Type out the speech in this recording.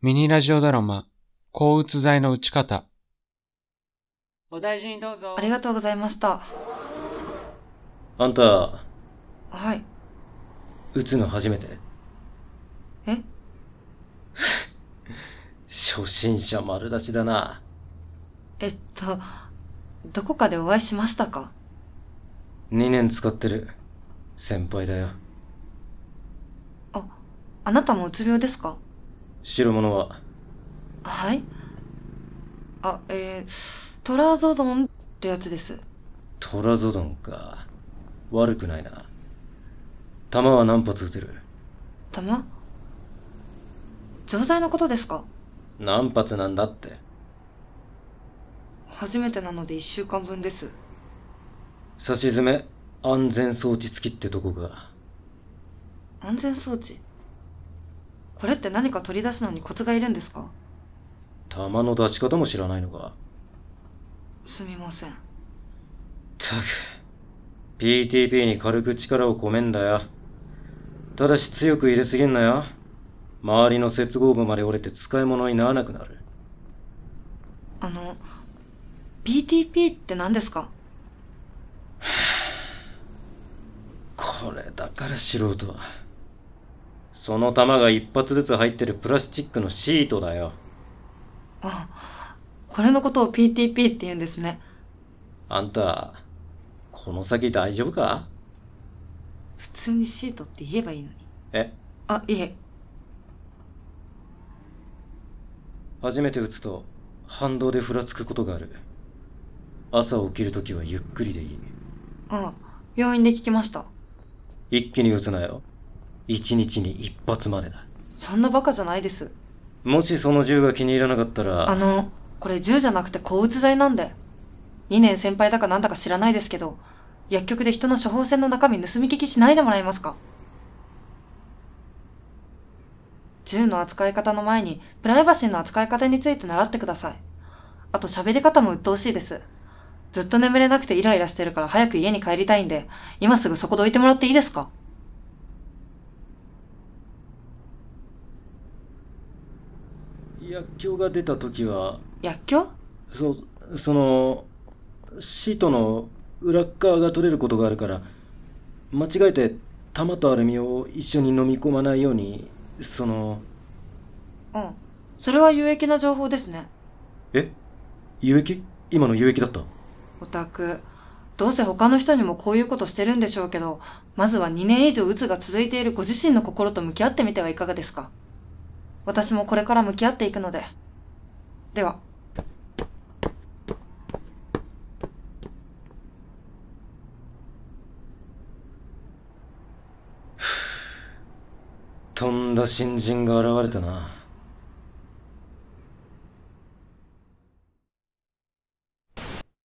ミニラジオドラマ、抗うつ剤の打ち方。お大事にどうぞありがとうございました。あんた、はい。打つの初めてえ初心者丸出しだな。えっと、どこかでお会いしましたか2年使ってる。先輩だよ。あ、あなたもうつ病ですか白物は、はいあ、えー、トラゾドンってやつです。トラゾドンか。悪くないな。弾は何発撃てる玉錠剤のことですか何発なんだって。初めてなので一週間分です。差し詰め、安全装置付きってとこか。安全装置これって何か取り出すのにコツがいるんですか弾の出し方も知らないのか。すみません。ったく、PTP に軽く力を込めんだよ。ただし強く入れすぎんなよ。周りの接合部まで折れて使い物にならなくなる。あの、PTP って何ですかこれだから素人は。その弾が一発ずつ入ってるプラスチックのシートだよ。あ、これのことを PTP って言うんですね。あんた、この先大丈夫か普通にシートって言えばいいのに。え、あ、いえ、初めて撃つと反動でふらつくことがある。朝起きるときはゆっくりでいい。あ病院で聞きました。一気に撃つなよ。一日に一発までだ。そんなバカじゃないです。もしその銃が気に入らなかったら、あの、これ銃じゃなくて抗うつ剤なんで。2年先輩だかなんだか知らないですけど、薬局で人の処方箋の中身盗み聞きしないでもらえますか銃の扱い方の前に、プライバシーの扱い方について習ってください。あと喋り方も鬱陶しいです。ずっと眠れなくてイライラしてるから早く家に帰りたいんで、今すぐそこどいてもらっていいですか薬莢が出た時は、薬莢そ、その、シートの裏っ側が取れることがあるから、間違えて弾とアルミを一緒に飲み込まないように、その、うん。それは有益な情報ですね。え有益今の有益だったオタク。どうせ他の人にもこういうことしてるんでしょうけど、まずは2年以上鬱が続いているご自身の心と向き合ってみてはいかがですか私もこれから向き合っていくので。では。とんだ新人が現れたな。